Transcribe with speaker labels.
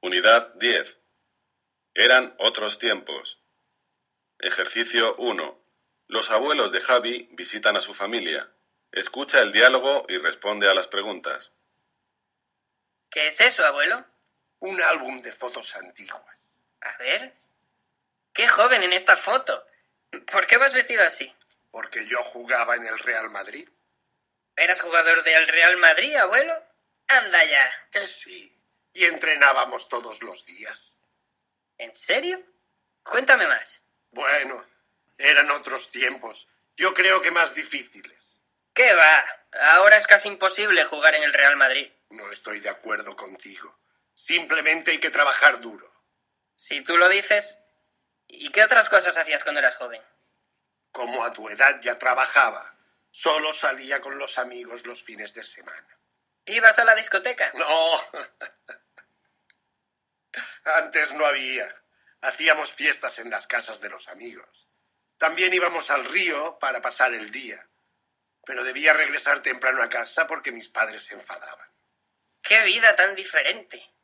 Speaker 1: Unidad 10. Eran otros tiempos. Ejercicio 1. Los abuelos de Javi visitan a su familia. Escucha el diálogo y responde a las preguntas.
Speaker 2: ¿Qué es eso, abuelo?
Speaker 3: Un álbum de fotos antiguas.
Speaker 2: A ver. Qué joven en esta foto. ¿Por qué vas vestido así?
Speaker 3: Porque yo jugaba en el Real Madrid.
Speaker 2: ¿Eras jugador del Real Madrid, abuelo? Anda ya.
Speaker 3: Que sí. Y entrenábamos todos los días.
Speaker 2: ¿En serio? Cuéntame más.
Speaker 3: Bueno, eran otros tiempos. Yo creo que más difíciles.
Speaker 2: ¿Qué va? Ahora es casi imposible jugar en el Real Madrid.
Speaker 3: No estoy de acuerdo contigo. Simplemente hay que trabajar duro.
Speaker 2: Si tú lo dices... ¿Y qué otras cosas hacías cuando eras joven?
Speaker 3: Como a tu edad ya trabajaba, solo salía con los amigos los fines de semana.
Speaker 2: ¿Ibas a la discoteca?
Speaker 3: No. Antes no había. Hacíamos fiestas en las casas de los amigos. También íbamos al río para pasar el día. Pero debía regresar temprano a casa porque mis padres se enfadaban.
Speaker 2: ¡Qué vida tan diferente!